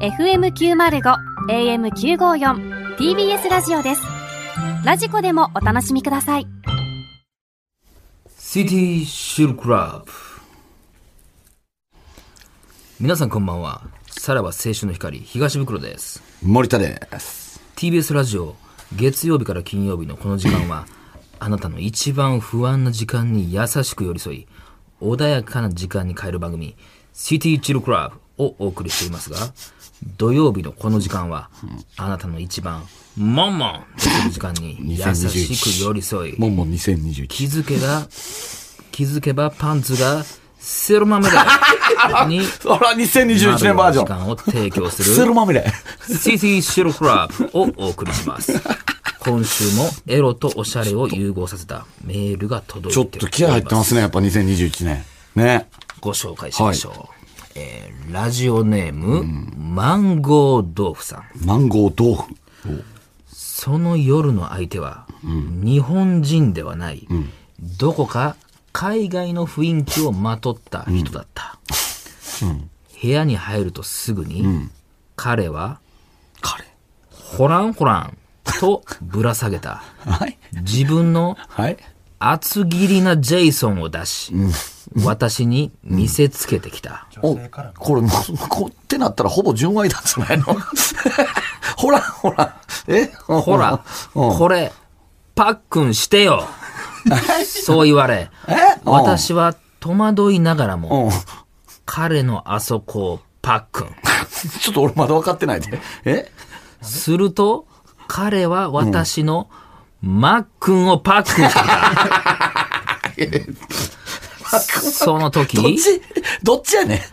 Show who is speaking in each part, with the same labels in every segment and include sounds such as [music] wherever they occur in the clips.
Speaker 1: FM905 AM954 TBS ラジオですラジコでもお楽しみください
Speaker 2: シティシルクラブ皆さんこんばんはさらば青春の光東袋です
Speaker 3: 森田です。
Speaker 2: TBS ラジオ月曜日から金曜日のこの時間はあなたの一番不安な時間に優しく寄り添い穏やかな時間に変える番組「シティチルクラブ」をお送りしていますが土曜日のこの時間はあなたの一番モンモンする時間に優しく寄り添い
Speaker 3: もんもん2021。
Speaker 2: 気づけば気づけばパンツがセロマメ
Speaker 3: [laughs]
Speaker 2: だに
Speaker 3: そら2021
Speaker 2: 時
Speaker 3: 年バージョン。
Speaker 2: 間を提供する
Speaker 3: セロまみれ。
Speaker 2: シティシロクラブをお送りし
Speaker 3: [laughs]
Speaker 2: ます。今週もエロとおしゃれを融合させたメールが届
Speaker 3: ちょっ
Speaker 2: いて
Speaker 3: と気合入ってますね、やっぱ2021年。ね。
Speaker 2: ご紹介しましょう。えーラジオネーム、マンゴー豆腐さん。
Speaker 3: マンゴー豆腐。
Speaker 2: その夜の相手は、日本人ではない、どこか海外の雰囲気をまとった人だった。部屋に入るとすぐに、彼は、
Speaker 3: 彼。
Speaker 2: ホランホランとぶら下げた。
Speaker 3: はい。
Speaker 2: 自分の
Speaker 3: はい。
Speaker 2: 厚切りなジェイソンを出し、私に見せつけてきた。
Speaker 3: お、これ、もうこってなったらほぼ純愛なんじゃないの [laughs] ほら、ほら。 [laughs] え
Speaker 2: ほら、
Speaker 3: うん
Speaker 2: これ、パックンしてよそう言われ、私は戸惑いながらも、
Speaker 3: うん。
Speaker 2: 彼のあそこをパックン。
Speaker 3: ちょっと俺まだ分かってないで。え
Speaker 2: すると、彼は私のマックンをパックンしてた。その時
Speaker 3: どっ、ちどっちやね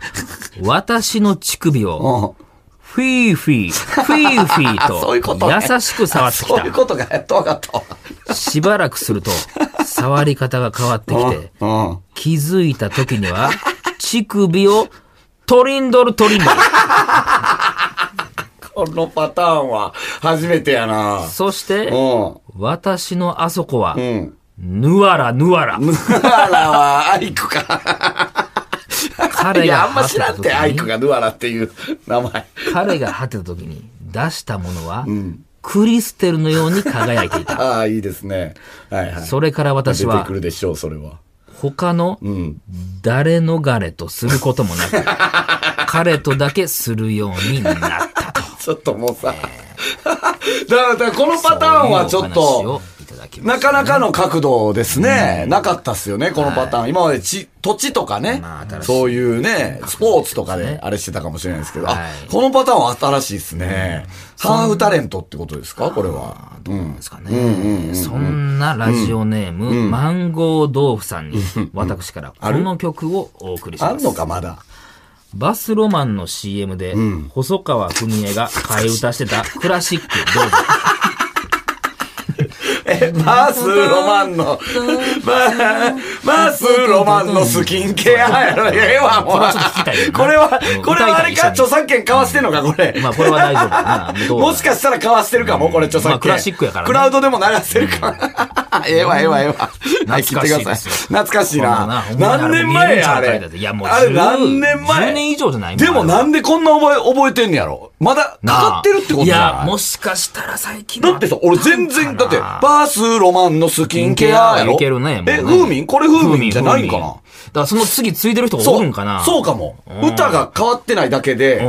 Speaker 3: ん。
Speaker 2: 私の乳首を、
Speaker 3: うん。
Speaker 2: フィーフィー、フィーフィー
Speaker 3: [laughs] そういうことね
Speaker 2: と、優しく触って
Speaker 3: そういう
Speaker 2: き
Speaker 3: ことがやっと分かったわ。
Speaker 2: た。しばらくすると、触り方が変わってきて、
Speaker 3: うん。
Speaker 2: 気づいた時には、乳首をトリンドルトリンドル。
Speaker 3: このパターンは初めてやな。
Speaker 2: そして、
Speaker 3: う
Speaker 2: 私のあそこは、
Speaker 3: ん。うん。
Speaker 2: ぬわらぬわら。
Speaker 3: あら、アイクか。
Speaker 2: 彼
Speaker 3: い
Speaker 2: が
Speaker 3: や、あんま
Speaker 2: 果て
Speaker 3: 知ら
Speaker 2: た
Speaker 3: ん
Speaker 2: 時
Speaker 3: て、アイク
Speaker 2: に、
Speaker 3: がヌアラっていう [laughs] 名前。
Speaker 2: 彼が果てた時に出したものは、クリステルのように輝い
Speaker 3: [laughs]
Speaker 2: ていた。
Speaker 3: ああ、いいですね。はいはい。
Speaker 2: それから私
Speaker 3: 出て
Speaker 2: は
Speaker 3: く、るでしょう、それは。
Speaker 2: 他の誰のがれとすることもなく、
Speaker 3: [laughs]
Speaker 2: 彼とだけするようになったと。
Speaker 3: ちょっともうさ。 [laughs] だから、だからこのパターンはちょっ
Speaker 2: そういうお話を
Speaker 3: と、
Speaker 2: いただきま
Speaker 3: な
Speaker 2: した
Speaker 3: かなかの角度ですね。なかったっすよね、このパターン。今まで地、土地とかね、
Speaker 2: まあ新しい
Speaker 3: そういうね、スポーツとか
Speaker 2: です
Speaker 3: で
Speaker 2: ね
Speaker 3: あれしてたかもしれないですけど、
Speaker 2: はい
Speaker 3: あ、このパターンは新しいですね。ハーフタレントってことですかこれは。
Speaker 2: どうなんですかね。そんなラジオネーム、マンゴー豆腐さんに、私からこの曲をお送りし
Speaker 3: あ
Speaker 2: ま
Speaker 3: ん
Speaker 2: す
Speaker 3: の。か、まだ。
Speaker 2: バスロマンの CM で、細川文江が替え歌してたクラシックどうぞ。
Speaker 3: え、バースロマ
Speaker 2: [laughs]
Speaker 3: ンの、バースロマンのスキンケアやろ。ええわ、もう。これは、これはあれか、著作権交わしてんのか、これ。
Speaker 2: まあこれは大丈夫かな。どう
Speaker 3: もしかしたら交わしてるかも、これ著作
Speaker 2: まあ
Speaker 3: 権。
Speaker 2: クラシックやからね
Speaker 3: クラウドでも流してるかも。 [laughs] ええわ、ええわ、ええわ。はい切
Speaker 2: 懐かし
Speaker 3: って
Speaker 2: い
Speaker 3: く
Speaker 2: で
Speaker 3: だ
Speaker 2: す
Speaker 3: さ
Speaker 2: よ
Speaker 3: い。懐かしいな。
Speaker 2: こんなの
Speaker 3: 何年前や、あ
Speaker 2: 見れん
Speaker 3: れ
Speaker 2: ちゃうか。いやもう
Speaker 3: あれ
Speaker 2: 10
Speaker 3: 何年前
Speaker 2: 10年以上じゃない
Speaker 3: でもなんでこんな覚え、覚えてんねやろまだ
Speaker 2: なあ
Speaker 3: かかってるってことじゃない
Speaker 2: いや、もしかしたら最近
Speaker 3: だ
Speaker 2: の
Speaker 3: ってさ、俺全然、だって、バースロマンのスキンケアやろ
Speaker 2: いけるね。もうね
Speaker 3: え、風味これ風味じゃないん
Speaker 2: 風味風
Speaker 3: か
Speaker 2: 味だ
Speaker 3: な
Speaker 2: からその次ついてる人がお
Speaker 3: そ
Speaker 2: る
Speaker 3: うん
Speaker 2: かな。
Speaker 3: そう
Speaker 2: う。
Speaker 3: かも。
Speaker 2: ん
Speaker 3: 歌が変わってないだけで、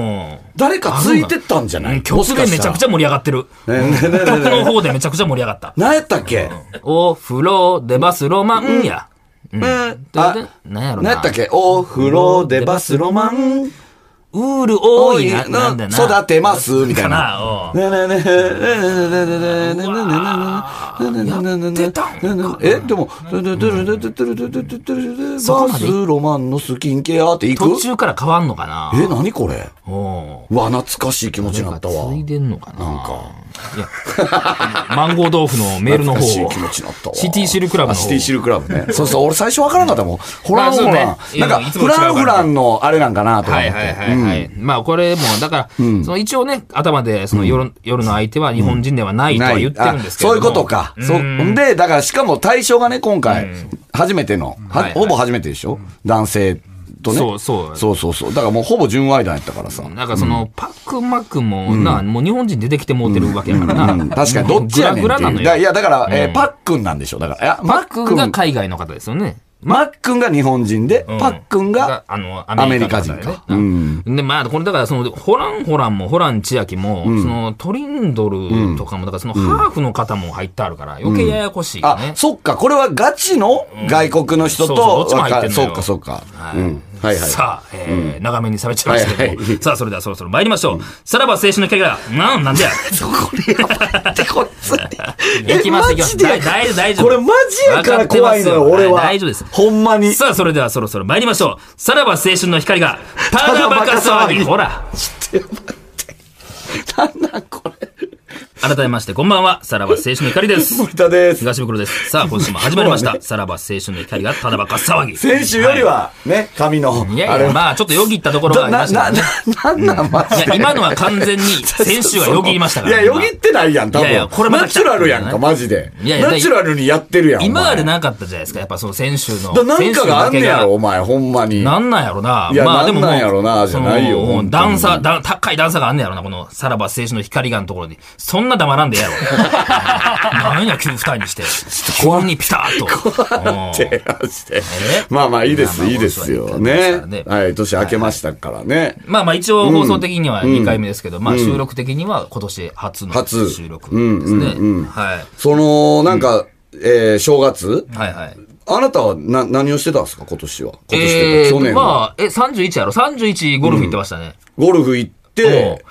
Speaker 3: 誰かついてったんじゃない
Speaker 2: 曲でめちゃくち
Speaker 3: ゃ。
Speaker 2: ゃ盛り上がってる。曲の方でめちゃくちゃ盛り上がった。
Speaker 3: 何やったっけ
Speaker 2: お風呂でバスロマンや。
Speaker 3: うん
Speaker 2: というこ
Speaker 3: あ
Speaker 2: とで、なんやろな。
Speaker 3: 何やったっけお風呂でバスロマン。
Speaker 2: ウール多いな、なんだな。
Speaker 3: 育てますみたい
Speaker 2: か
Speaker 3: な。
Speaker 2: な、おう
Speaker 3: えでも、バスロマンのスキンケアっていく
Speaker 2: 途中から変わんのかな。
Speaker 3: え、何これ
Speaker 2: お
Speaker 3: わ、懐かしい気持ちになったわ。
Speaker 2: ついでんのかな。
Speaker 3: なんか、
Speaker 2: いや、 [laughs] マンゴー豆腐のメールの
Speaker 3: 懐
Speaker 2: 方
Speaker 3: か
Speaker 2: を
Speaker 3: しい気。持ちになったわ。
Speaker 2: シティシルクラブの
Speaker 3: あ
Speaker 2: 方
Speaker 3: シティシルクラブね。そうそう、俺最初わからなかったもん。ホランホ
Speaker 2: ま
Speaker 3: ラ
Speaker 2: あそう
Speaker 3: ン。
Speaker 2: ね
Speaker 3: なんか、
Speaker 2: いやいつも
Speaker 3: フ
Speaker 2: 違うから
Speaker 3: ランフランのあれなんかなと思っ
Speaker 2: はい
Speaker 3: て。
Speaker 2: はいはいはい。まあこれも、だから、その一応ね、頭で、その夜、夜の相手は日本人ではないとは言ってるんですけれ
Speaker 3: あ
Speaker 2: ど
Speaker 3: そうい
Speaker 2: も
Speaker 3: うことか。そんで、だからしかも対象がね、今回、初めての、
Speaker 2: はいは
Speaker 3: はいほぼ初めてでしょ男性とね。
Speaker 2: そうそう
Speaker 3: そうそうそうだからもうほぼ純愛団やったからさ。
Speaker 2: なんかその、パックンマックンもな、もう日本人出てきてもうてるわけやからな。
Speaker 3: うん確かに、どっちやねん
Speaker 2: グ
Speaker 3: っ
Speaker 2: ラ
Speaker 3: て
Speaker 2: グラなの
Speaker 3: いう。だ
Speaker 2: よ。
Speaker 3: いや、だから、えーパックンなんでしょだから、いや
Speaker 2: パックンが海外の方ですよね。
Speaker 3: マックンが日本人で、
Speaker 2: うん
Speaker 3: パックンが、
Speaker 2: あの、
Speaker 3: アメリカ人
Speaker 2: の方だよ
Speaker 3: か
Speaker 2: ね。
Speaker 3: う
Speaker 2: うん
Speaker 3: ん。
Speaker 2: で、まあ、これだから、その、ホランホランも、ホラン千秋も、その、トリンドルとかも、だから、その、ハーフの方も入ってあるから、余計ややこしいよ
Speaker 3: あ
Speaker 2: ね、。
Speaker 3: そっか、これはガチの外国の人
Speaker 2: そうそうどっ
Speaker 3: と
Speaker 2: ちも、入ってんの
Speaker 3: そ
Speaker 2: よ
Speaker 3: っか、そっか。
Speaker 2: はい
Speaker 3: うん。はいはい。
Speaker 2: さあ、えー長めに喋っちゃいましたけども、
Speaker 3: はいはい
Speaker 2: さあ、それではそろそろ参りましょう。さらば青春の光が、なん、なんでや。
Speaker 3: [laughs] そこにやばってこいつ。
Speaker 2: いきます
Speaker 3: え
Speaker 2: いきます
Speaker 3: マジで
Speaker 2: 大大丈夫大丈夫
Speaker 3: これマジやから怖いのよ、
Speaker 2: わかってます
Speaker 3: 俺
Speaker 2: よ
Speaker 3: は。
Speaker 2: 大丈夫です
Speaker 3: ほんまに。
Speaker 2: さあ、それではそろそろ参りましょう。さらば青春の光が、ただバカ騒ぎ。ほら。
Speaker 3: なんなんこれ。
Speaker 2: 改めまして、こんばんは。さらば青春の光です。
Speaker 3: [laughs] 森田です。
Speaker 2: 東袋です。さあ、今週も始まりま
Speaker 3: [laughs]
Speaker 2: した。さらば青春の光がただバカ騒ぎ。
Speaker 3: 先週よりは、ね、髪の、
Speaker 2: い、いや
Speaker 3: あ
Speaker 2: い
Speaker 3: れ
Speaker 2: や、
Speaker 3: は。
Speaker 2: まあ、ちょっとよぎったところがあ
Speaker 3: な、
Speaker 2: りま
Speaker 3: な、
Speaker 2: したけど
Speaker 3: な、
Speaker 2: ね
Speaker 3: なんなんマジ
Speaker 2: いや、
Speaker 3: で。
Speaker 2: 今の
Speaker 3: [laughs]
Speaker 2: は完全に、先週はよぎりましたから、
Speaker 3: いや、よぎってないやん、多分。
Speaker 2: いやいやこれまた
Speaker 3: ナ
Speaker 2: 来
Speaker 3: チ
Speaker 2: た
Speaker 3: ュラルやんか、マジで。
Speaker 2: いやいや
Speaker 3: ナチュラルにやってるやん。
Speaker 2: 今まで
Speaker 3: で
Speaker 2: なかったじゃないですか。やっぱその先週の。
Speaker 3: だなんかがあんね
Speaker 2: 先
Speaker 3: やろ、
Speaker 2: 週だ
Speaker 3: お前、ほんま
Speaker 2: け
Speaker 3: に。
Speaker 2: が。なんなんやろな。
Speaker 3: いや
Speaker 2: まあでももう
Speaker 3: なんなんやろなじゃない
Speaker 2: そ
Speaker 3: よ
Speaker 2: の
Speaker 3: 本当に
Speaker 2: 段差、だ高い段差があんねやろな、この、さらば青春の光がのところに。そんな黙らんでええ
Speaker 3: [laughs]
Speaker 2: やろ。なんや、急に二人にして。急にピタッ
Speaker 3: [laughs]
Speaker 2: と。
Speaker 3: ってマジで
Speaker 2: え
Speaker 3: まあまあいいで
Speaker 2: まあ
Speaker 3: す、
Speaker 2: まあ
Speaker 3: いいですよ。
Speaker 2: 面白いからね。
Speaker 3: ねはい、年明けましたからね。
Speaker 2: まあまあ一応放送的には2回目ですけど、まあ収録的には今年初の
Speaker 3: 初
Speaker 2: 収録ですね。はい。
Speaker 3: その、なんか、えー正月
Speaker 2: はいはい。
Speaker 3: あなたはな何をしてたんですか今年は。今年
Speaker 2: えーと
Speaker 3: というか去年は、
Speaker 2: まあ、え、31やろ ?31 ゴルフ行ってましたね。
Speaker 3: ゴルフ行って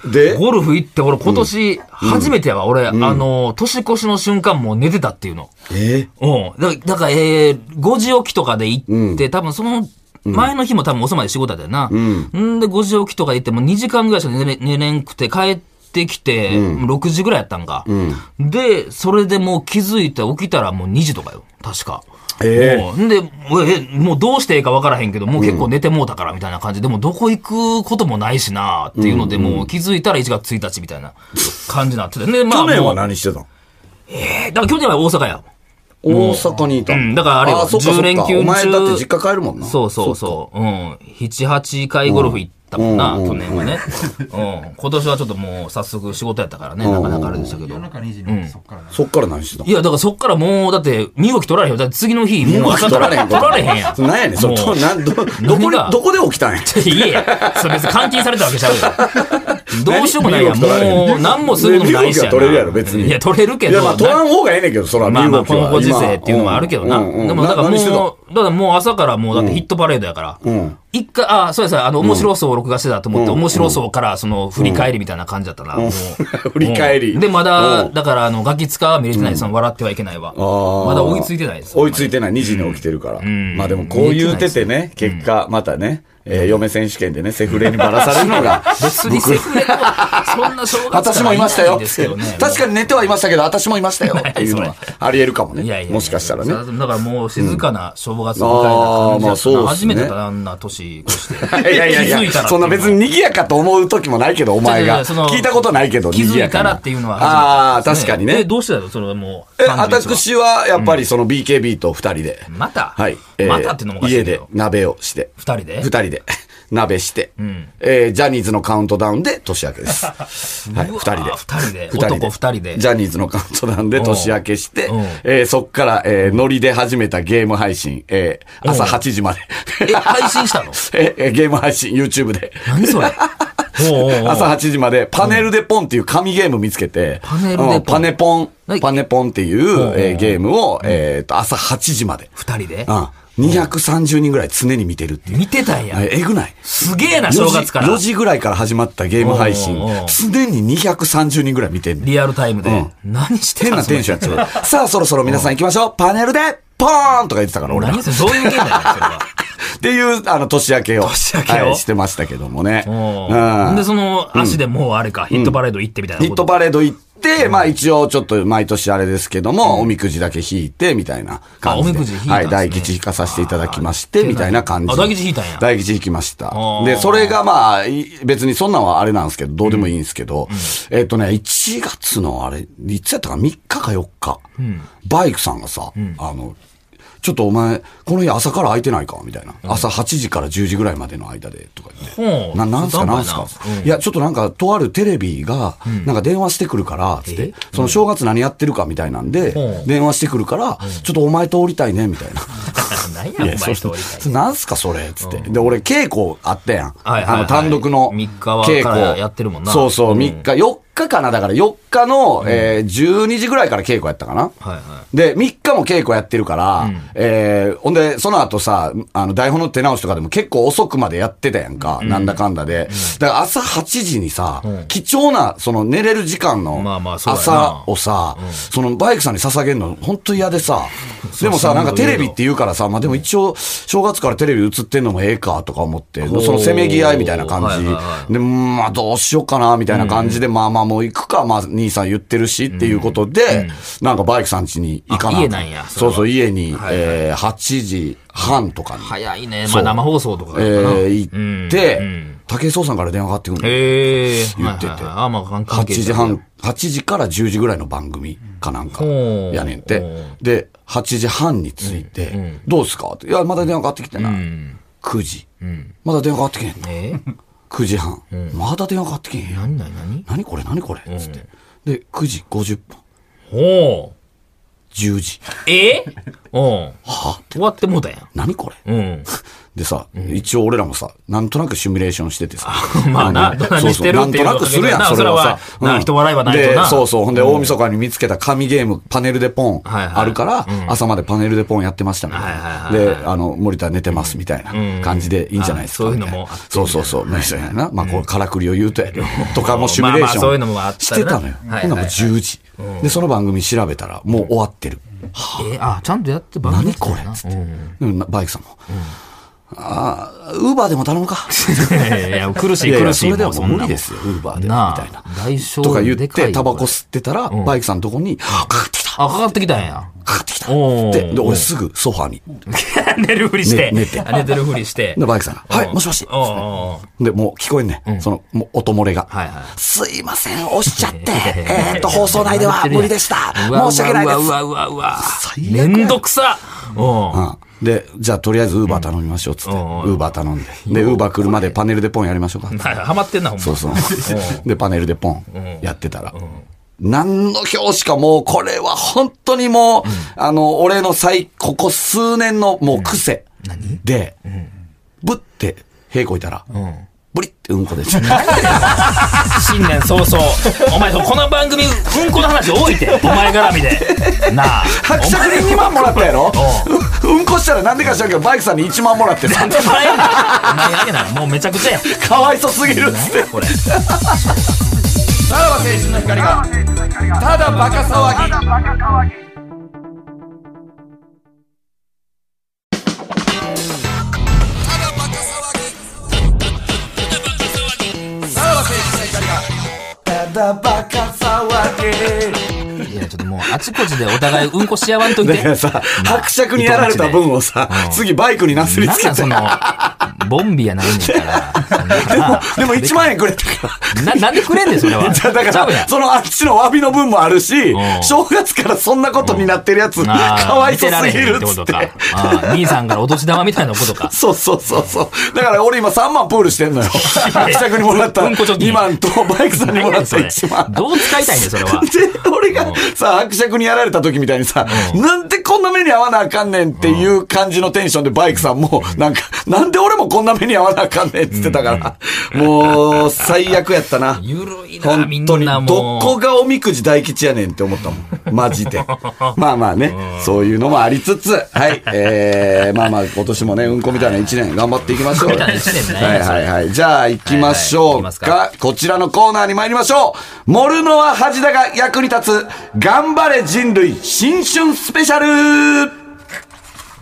Speaker 2: う、ん
Speaker 3: で、
Speaker 2: ゴルフ行って、俺今年初めてやわ。俺、あの、年越しの瞬間もう寝てたっていうの。
Speaker 3: え
Speaker 2: うん。だだから、えー、5時起きとかで行って、多分その、前の日も多分遅まで仕事だったよな。んで、5時起きとかで行って、もう2時間ぐらいしか寝れ寝れんくて、帰ってきて、6時ぐらいやったんか。で、それでもう気づいて起きたらもう2時とかよ。確か。
Speaker 3: ええ
Speaker 2: もうんで、え、もうどうしていいか分からへんけど、もう結構寝てもうたからみたいな感じで、もうどこ行くこともないしなっていうので、もう気づいたら1月1日みたいな感じになってて。で、まあ、
Speaker 3: 去年は
Speaker 2: もう
Speaker 3: 何してたの
Speaker 2: えーだから去年は大阪や。
Speaker 3: 大阪にいたの、
Speaker 2: うんだからあれよ
Speaker 3: あそっかそっ
Speaker 2: 10
Speaker 3: か
Speaker 2: 連休中
Speaker 3: お前だって実家帰るもんな。
Speaker 2: そうそうそう。うん。7、8回ゴルフ行ったもんな、去年はね。うん。今年はちょっともう早速仕事やったからね、なかなかあれでしたけど。
Speaker 3: そっから何してたの
Speaker 2: いや、だからそっからもう、だって、身動き取られへんよ。だって次の日、もう朝から取
Speaker 3: 取
Speaker 2: られへんやん。
Speaker 3: そなんやねん。それ
Speaker 2: もう
Speaker 3: となんど、どこ
Speaker 2: 何
Speaker 3: で
Speaker 2: が、
Speaker 3: どこで起きたんや。
Speaker 2: いやいや、それ別に監禁されたわけちゃうよ。
Speaker 3: [laughs]
Speaker 2: どうしようもないやん。
Speaker 3: 身動き取られへん
Speaker 2: もう、何もするのもないしや
Speaker 3: 身動きは
Speaker 2: な。
Speaker 3: 取れるやろ別に
Speaker 2: いや、取れるけ
Speaker 3: い
Speaker 2: ど。
Speaker 3: や、まあ、取らん方がええねんけど、そら、
Speaker 2: まあまあ、
Speaker 3: 身
Speaker 2: こ
Speaker 3: 動き
Speaker 2: の
Speaker 3: は
Speaker 2: ご時世っていうのはあるけどな。
Speaker 3: うんうんうん
Speaker 2: でも、だから
Speaker 3: な何してた
Speaker 2: もう、だからもう朝からもう、だってヒットパレードやから。
Speaker 3: ん
Speaker 2: 一回、あ、そうですあの、面白そうを録画してたと思って、面白そうから、その、振り返りみたいな感じだったな。もう
Speaker 3: [laughs] 振り返り
Speaker 2: うんで、ま
Speaker 3: う
Speaker 2: だ、
Speaker 3: ん
Speaker 2: だから、あの、ガキ使は見れてない、その、笑ってはいけないわ。
Speaker 3: ー
Speaker 2: まだ追いついてないです。
Speaker 3: 追いついてない、2時に起きてるから。
Speaker 2: ん
Speaker 3: まあでも、こう言うててね、結果、またね、えー嫁選手権でね、セフレにばらされるのが、
Speaker 2: 別にセフレとはそんな正月
Speaker 3: [laughs] 私もいましたよ。
Speaker 2: ですけどね。
Speaker 3: 確かに寝てはいましたけど、私もい
Speaker 2: [laughs]
Speaker 3: ましたよ。っていうのは
Speaker 2: 何、
Speaker 3: ありえるかもね。
Speaker 2: いやいやいや
Speaker 3: もしかしたらね。
Speaker 2: だからもう静かな正月みたいな感じだったな、
Speaker 3: うんあーまあそうっす
Speaker 2: 初
Speaker 3: ね
Speaker 2: めてだな、あんな年越して。
Speaker 3: [laughs] いやいやい
Speaker 2: 気づいたらっていう
Speaker 3: や、
Speaker 2: の
Speaker 3: そんな別に賑やかと思う時もないけど、お前
Speaker 2: いやい
Speaker 3: が。
Speaker 2: やその
Speaker 3: 聞いたことないけど、
Speaker 2: 気
Speaker 3: 賑
Speaker 2: づ
Speaker 3: や
Speaker 2: い
Speaker 3: か
Speaker 2: た
Speaker 3: な
Speaker 2: らっていうのは初めて
Speaker 3: ああ、
Speaker 2: です
Speaker 3: 確かに
Speaker 2: え
Speaker 3: ね。
Speaker 2: どうしてだろうそれはもう。31
Speaker 3: え、
Speaker 2: は。
Speaker 3: 私は、やっぱりその BKB と二人で。
Speaker 2: また
Speaker 3: はい。えー
Speaker 2: またっていうのもおかしい
Speaker 3: 家
Speaker 2: け
Speaker 3: で
Speaker 2: ど。
Speaker 3: 鍋をして。
Speaker 2: 二人で
Speaker 3: 二人で。 [laughs] 鍋して。えージャニーズのカウントダウンで年明けです。はい。
Speaker 2: [laughs] う
Speaker 3: 二
Speaker 2: わ
Speaker 3: 人で。
Speaker 2: 二人で男二人で
Speaker 3: ジャニーズのカウントダウンで年明けして
Speaker 2: うんうん、
Speaker 3: えーそっから、えーノリで始めたゲーム配信、えー朝
Speaker 2: うん
Speaker 3: 8時まで。 [laughs]
Speaker 2: え、配信したの
Speaker 3: ええゲーム配信、YouTube で。
Speaker 2: 何それおうおうおう
Speaker 3: 朝8時までパネルでポンっていう紙ゲーム見つけて、
Speaker 2: パネルでポン
Speaker 3: うんパネポン
Speaker 2: はい、
Speaker 3: パネポンっていう、
Speaker 2: うん
Speaker 3: えーゲームを、えーと、朝8時まで。
Speaker 2: 二人で
Speaker 3: うん230人ぐらい常に見てるっていう。
Speaker 2: 見てたんや。
Speaker 3: ええぐない
Speaker 2: すげえな、正月から。
Speaker 3: 4時ぐらいから始まったゲーム配信
Speaker 2: おうおうおう、
Speaker 3: 常に230人ぐらい
Speaker 2: [laughs]
Speaker 3: 見てんの
Speaker 2: リアルタイムで。
Speaker 3: うん
Speaker 2: 何して
Speaker 3: 変
Speaker 2: た
Speaker 3: なテンションやってる。さあ、そろそろ皆さん行きましょう。パネルで、ポーンとか言ってたから、俺ら。
Speaker 2: 何
Speaker 3: っ
Speaker 2: それどういうゲームなのそれは。
Speaker 3: ていう、あの、年明けを。
Speaker 2: 年明けを
Speaker 3: はいしてましたけどもね。
Speaker 2: うん。で、そ
Speaker 3: の、
Speaker 2: の足でもうあれか、ヒットパレード行ってみたいな
Speaker 3: ヒ
Speaker 2: こ
Speaker 3: ッ
Speaker 2: と。
Speaker 3: トパレード行って、まあ一応ちょっと毎年あれですけども、おみくじだけ引いて、みたいな感じで。
Speaker 2: あおみくじ引いたんですね
Speaker 3: はい、大吉引かさせていただきまして、みたいな感じ。
Speaker 2: あ大吉引いたんや
Speaker 3: 大吉引きました
Speaker 2: あ。ー
Speaker 3: で、それがまあ、い別にそんなんはあれなんですけど、どうでもいいんですけど、えっとね、1月のあれ、いつやったか3日か4日、バイクさんがさ、あの、ちょっとお前、この日朝から空いてないかみたいな。朝8時から10時ぐらいまでの間で、とか言って。
Speaker 2: ほう
Speaker 3: な、なんすか、
Speaker 2: そう
Speaker 3: なんす
Speaker 2: な
Speaker 3: か
Speaker 2: んかなう。ん
Speaker 3: いや、ちょっとなんか、とあるテレビが、なんか電話してくるから、つっ
Speaker 2: え
Speaker 3: て、その正月何やってるかみたいなんで
Speaker 2: う、ん
Speaker 3: 電話してくるから、ちょっとお前と降りたいね、みたいな。
Speaker 2: [laughs] 何や、お前
Speaker 3: それ
Speaker 2: と降りたい
Speaker 3: それなんすか、それ、つって。で、俺、稽古あったやん。
Speaker 2: はいはいはい
Speaker 3: あの、単独の稽
Speaker 2: 三日
Speaker 3: 古。
Speaker 2: はからやってるもんな
Speaker 3: そうそうう、
Speaker 2: ん
Speaker 3: 3日、4日かな、だから4日の、えー、12時ぐらいから稽古やったかな。
Speaker 2: はいは
Speaker 3: で、3日も稽古やってるから、えーほんで、その後さ、あの、台本の手直しとかでも結構遅くまでやってたやんか、なんだかんだで。だから朝8時にさ、貴重な、その寝れる時間の
Speaker 2: まあまあそうやな
Speaker 3: 朝をさ、そのバイクさんに捧げるの、本当嫌でさ、でも
Speaker 2: そ
Speaker 3: さ、
Speaker 2: う
Speaker 3: なんかテレビって言うからさ、まあでも一応、正月からテレビ映ってんのもええかとか思って、
Speaker 2: おー
Speaker 3: そのせめぎ合いみたいな感
Speaker 2: はい
Speaker 3: じ
Speaker 2: はいはい
Speaker 3: で、うんまあどうしようかな、みたいな感じで、まあまあもう行くか、まあ兄さん言ってるしっていうことで、なんかバイクさん家に行かな
Speaker 2: あ
Speaker 3: い
Speaker 2: 家なんやそれ
Speaker 3: そ
Speaker 2: は
Speaker 3: うそう、家に、
Speaker 2: はいはい
Speaker 3: えー8時半とかに
Speaker 2: い。。早いね。ま
Speaker 3: そ
Speaker 2: あ
Speaker 3: う
Speaker 2: 生放送とか
Speaker 3: え
Speaker 2: だからな
Speaker 3: ー行って、武井壮さんから電話かかってくるの。
Speaker 2: へえ。
Speaker 3: 言ってて
Speaker 2: はいはいはいあ、まあ関
Speaker 3: 8
Speaker 2: 係者
Speaker 3: 時。半、8時から10時ぐらいの番組かなんか
Speaker 2: ほう
Speaker 3: やねん
Speaker 2: ほ
Speaker 3: て
Speaker 2: う。
Speaker 3: で、8時半に着いて、どうすかって。いや、まだ電話かかってきてない。9時。まだ電話かかってきてんの。
Speaker 2: え
Speaker 3: 9時半。まだ電話かかってきへんやん。
Speaker 2: 何何何
Speaker 3: 何これ何これつって。で、9時50分。
Speaker 2: ほう。
Speaker 3: 10時。
Speaker 2: え [laughs] うん。
Speaker 3: は
Speaker 2: 終わってもうたやん。
Speaker 3: 何これ
Speaker 2: うん。
Speaker 3: でさ、一応俺らもさ、なんとなくシミュレーションしててさ。
Speaker 2: [laughs] まあな
Speaker 3: の
Speaker 2: どんなにしてる
Speaker 3: そうそう
Speaker 2: っていう
Speaker 3: なんとなくするや
Speaker 2: わ
Speaker 3: ん、
Speaker 2: けだ
Speaker 3: それ
Speaker 2: よな
Speaker 3: は
Speaker 2: そ
Speaker 3: さ。
Speaker 2: れはな人笑いはないとな
Speaker 3: で、そうそう。ほんで、大晦日に見つけた神ゲーム、パネルでポン、
Speaker 2: はいはい
Speaker 3: あるから、朝までパネルでポンやってましたみたい
Speaker 2: はい
Speaker 3: な。
Speaker 2: はいはい
Speaker 3: で、あの、森田寝てますみたいな感じでいいんじゃないですか。
Speaker 2: うんあそういう
Speaker 3: みた
Speaker 2: のもあって
Speaker 3: なそうそうそう。まあそうやな。まあ、こう、からくりを言うとやけど、とかもシミュレーシ
Speaker 2: まあまあそういうのもあ
Speaker 3: ョ
Speaker 2: っ
Speaker 3: ン
Speaker 2: た
Speaker 3: し
Speaker 2: な
Speaker 3: てたのよ。
Speaker 2: はいはいはい
Speaker 3: ほんならもう10時。で、その番組調べたら、もう終わってる。
Speaker 2: え、あ、ちゃんとやってば
Speaker 3: 何これっつって。うんなバイクさんも。ああ、ウーバーでも頼むか。
Speaker 2: [laughs] いやいや、苦し
Speaker 3: い
Speaker 2: い
Speaker 3: やい
Speaker 2: 苦
Speaker 3: や
Speaker 2: し
Speaker 3: そ
Speaker 2: い。
Speaker 3: れではも
Speaker 2: そ
Speaker 3: うん
Speaker 2: な
Speaker 3: 無
Speaker 2: もん
Speaker 3: 理ですよ、ウーバーで、み
Speaker 2: な
Speaker 3: たい
Speaker 2: あ
Speaker 3: な。。
Speaker 2: 代償
Speaker 3: とか言っ
Speaker 2: でかい
Speaker 3: て、
Speaker 2: よ
Speaker 3: タバコ
Speaker 2: これ
Speaker 3: 吸ってたら、バイクさんのとこに、あかかってきた
Speaker 2: あ、かかってきたんや。
Speaker 3: かかってきた
Speaker 2: おー
Speaker 3: って。で、俺すぐソファに。
Speaker 2: [laughs] 寝るふりして。
Speaker 3: ね寝て
Speaker 2: あ寝てるふりして。
Speaker 3: で、バイクさんが、はい、もしもし。
Speaker 2: おうおうおう
Speaker 3: で、もう聞こえんねん。その、もう音漏れが。
Speaker 2: はいはい
Speaker 3: すいません、押しちゃって。えーっと、放送内では無理でした。
Speaker 2: うわ
Speaker 3: 申し訳ないです。
Speaker 2: うわうわうわうわ。
Speaker 3: 最悪
Speaker 2: め
Speaker 3: や
Speaker 2: んどくさ。おう
Speaker 3: うんで、じゃあとりあえずウーバー頼みましょう、つって。ウ
Speaker 2: うんうん
Speaker 3: ーバー頼んで。で、ウーバー来るまでパネルでポンやりましょうか。
Speaker 2: はいハマってんな、ほん [laughs] ま。
Speaker 3: そうそう。で、パネルでポン、やってたら。何の表しかもう、これは本当にもう、あの、俺の最、ここ数年のもう癖。で、ぶって、屁こいたら、ブリってうんこ出ちゃ [laughs] う。
Speaker 2: 新年早々。お前、この番組、うんこの話多いて。お前絡みで。なあ。
Speaker 3: 伯爵に2万もらったやろううんこしたらなんでか知らんけど、バイクさんに1万もらってさ
Speaker 2: なん、でもらえんのお前あげな。もうめちゃくちゃやん。
Speaker 3: かわいそすぎるっつって。
Speaker 2: これ。
Speaker 3: さらば青春の光が、ただバカ騒ぎ。
Speaker 2: いや、ちょっともう、あちこちでお互いうんこし合わんとい
Speaker 3: [laughs] だか
Speaker 2: て
Speaker 3: ら。さ、伯爵にやられた分をさ
Speaker 2: うん、
Speaker 3: 次バイクになすり
Speaker 2: な
Speaker 3: つ
Speaker 2: ん
Speaker 3: け
Speaker 2: なん
Speaker 3: て。
Speaker 2: その、ボンビやないねんから。
Speaker 3: でも1万円くれたか
Speaker 2: な、なんでくれんねん、それは。
Speaker 3: ら。じゃあ [laughs] だ
Speaker 2: ちゃ
Speaker 3: か
Speaker 2: うやん
Speaker 3: ら、そのあっちの詫びの分もあるし
Speaker 2: ん、
Speaker 3: 正月からそんなことになってるやつ、か
Speaker 2: あー
Speaker 3: わいそすぎる
Speaker 2: 見てられへん
Speaker 3: っ
Speaker 2: って
Speaker 3: つ
Speaker 2: こ
Speaker 3: っ
Speaker 2: とか
Speaker 3: て。。
Speaker 2: あー兄さんからお年玉みたいなこと
Speaker 3: [laughs]
Speaker 2: か。
Speaker 3: そうそうそうそう。だから俺今3万プールして
Speaker 2: [laughs]
Speaker 3: んのよ。伯爵にもらった
Speaker 2: うんこ貯金
Speaker 3: 2万とバイクさんにもらった
Speaker 2: それ
Speaker 3: 1万。
Speaker 2: どう使いたいねんそれは
Speaker 3: で、俺がさ、伯爵にやられた時みたいにさ、なんでこんな目に遭わなあかんねんっていう感じのテンションでバイクさんも、なんか、なんで俺もこんな目に遭わなあかんねんって言ってたから、もう、最悪やったな。
Speaker 2: ゆるいな、み
Speaker 3: 本当
Speaker 2: ん
Speaker 3: に
Speaker 2: な、も
Speaker 3: ど
Speaker 2: う。
Speaker 3: こがおみくじ大吉やねんって思ったもん。マジ
Speaker 2: [laughs]
Speaker 3: で。まあまあね、そういうのもありつつ、はい、えー、まあまあ今年もね、うんこみたいな一年頑張っていきましょう。
Speaker 2: うんこみたいな一年ね
Speaker 3: はいはいはい。じゃあ行きましょうか、
Speaker 2: はいはい行
Speaker 3: こちらのコーナーに参りましょう。盛るのは恥だが役に立つ、頑張れ人類新春スペシャル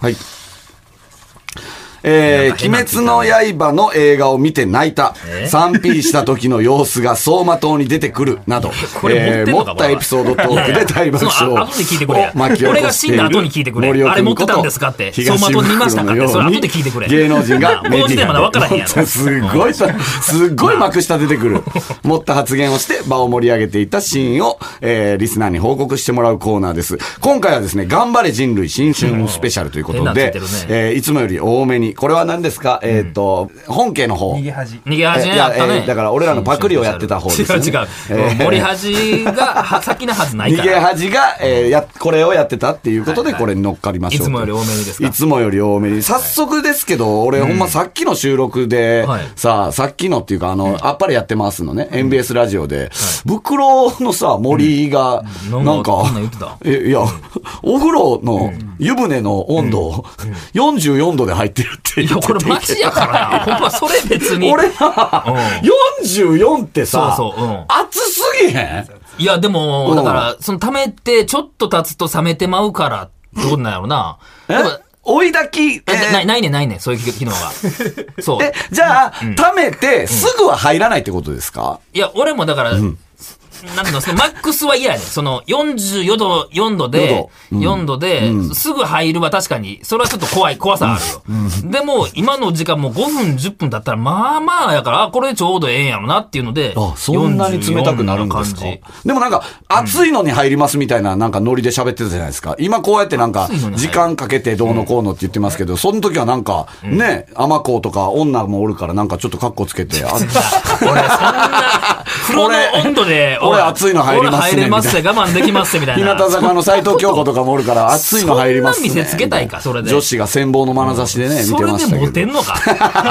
Speaker 3: はい。えー、
Speaker 2: なん
Speaker 3: 鬼
Speaker 2: か
Speaker 3: 滅の刃の映画を見て泣いた
Speaker 2: え、
Speaker 3: 賛否した時の様子が走馬灯に出てくるなど
Speaker 2: [laughs] 、これ持ってん
Speaker 3: 持
Speaker 2: の
Speaker 3: っ
Speaker 2: か、
Speaker 3: たエピソードトークで大爆
Speaker 2: [laughs] そ
Speaker 3: 笑
Speaker 2: のあ
Speaker 3: を
Speaker 2: 後で聞いてくれや
Speaker 3: 巻き起こしている
Speaker 2: 俺が死んだ後に聞いてくれ
Speaker 3: 森尾
Speaker 2: あれ持ってたん
Speaker 3: 君こと
Speaker 2: ですかって
Speaker 3: 東
Speaker 2: 走馬灯見ましたかって
Speaker 3: ブロック
Speaker 2: そ
Speaker 3: のように
Speaker 2: れ後で聞いてくれ
Speaker 3: 芸能人が
Speaker 2: な [laughs] あ
Speaker 3: メ
Speaker 2: こ
Speaker 3: ディア
Speaker 2: の時点まだ分からへんやろ
Speaker 3: 本当すごいさ、すっごい幕下出て
Speaker 2: [laughs]
Speaker 3: くる。持った発言をして場を盛り上げていたシーンを、えー、リスナーに報告してもらうコーナーです。今回はですね、頑張れ人類新春スペシャルということ
Speaker 2: うん変なつ
Speaker 3: で、
Speaker 2: いてるね
Speaker 3: えーいつもより多めに、これは何ですか、えっ、と、本家の方。
Speaker 4: 逃げ恥。
Speaker 2: 逃げ恥
Speaker 3: えい
Speaker 2: ね、
Speaker 3: や
Speaker 2: やった
Speaker 3: え
Speaker 2: ね。
Speaker 3: ーだから俺らのパクリをやってた方ですよね
Speaker 2: 違う違う。
Speaker 3: えー
Speaker 2: 森恥がは先なはずない
Speaker 3: 逃
Speaker 2: か
Speaker 3: げ
Speaker 2: ら。
Speaker 3: 恥が、えーや、これをやってたっていうことで、これに乗っかりましょうと。
Speaker 2: いつもより多めにですか
Speaker 3: いつもより多めに。早速ですけど、俺、ほんまさっきの収録で、
Speaker 2: はい
Speaker 3: さあ、さっきのっていうか、あの、あっぱれやってますのね、MBS ラジオで、袋のさ、森が、
Speaker 2: うん
Speaker 3: な
Speaker 2: なん
Speaker 3: んか
Speaker 2: かこんなん言ってた、
Speaker 3: えいや、 [laughs] お風呂の湯船の温度、44度で入ってるって
Speaker 2: いや、
Speaker 3: 言って
Speaker 2: これマジやからな。ほんま、それ別に。
Speaker 3: [laughs] 俺な、44ってさ、
Speaker 2: そうそううん
Speaker 3: 暑すぎへん
Speaker 2: いや、でも、
Speaker 3: うん
Speaker 2: だから、その、溜めて、ちょっと経つと冷めてまうから、どうことなんやろな。
Speaker 3: え
Speaker 2: でも
Speaker 3: 追い炊き、え
Speaker 2: え
Speaker 3: ー
Speaker 2: ない、ないね、ないね、そういう機能が。そう。
Speaker 3: え、じゃあ、貯めて、すぐは入らないってことですか、
Speaker 2: いや、俺もだから、なんていうの、そのマックスは嫌やねん。その、44度、4度で、4度で、すぐ入るは確かに、それはちょっと怖い、怖さあるよ。でも、今の時間もう5分、10分だったら、まあまあやから、あこれでちょうどええんやろなっていうので、
Speaker 3: あ、そんなに冷たくなるんですか
Speaker 2: 44の感
Speaker 3: でもなんか、暑いのに入りますみたいな、なんかノリで喋ってたじゃないですか。今こうやってなんか
Speaker 2: 暑いのに入、る
Speaker 3: 時間かけてどうのこうのって言ってますけど、その時はなんか、ね、甘子とか女もおるからなんかちょっとカッコつけて、あ
Speaker 2: じ俺、そんな、風呂の温度で、
Speaker 3: [laughs] 俺
Speaker 2: おい
Speaker 3: 俺暑いの入りますね
Speaker 2: 俺入れますせ、我慢できますせ、みたい
Speaker 3: 日
Speaker 2: な。
Speaker 3: 向坂の斎藤京子とかもおるから、暑いの入りますね。
Speaker 2: そんな見せつけたいかそれで
Speaker 3: 女子が羨望の眼差しでね、見
Speaker 2: そ
Speaker 3: て
Speaker 2: れ
Speaker 3: ま
Speaker 2: で
Speaker 3: したけど。
Speaker 2: モテんのか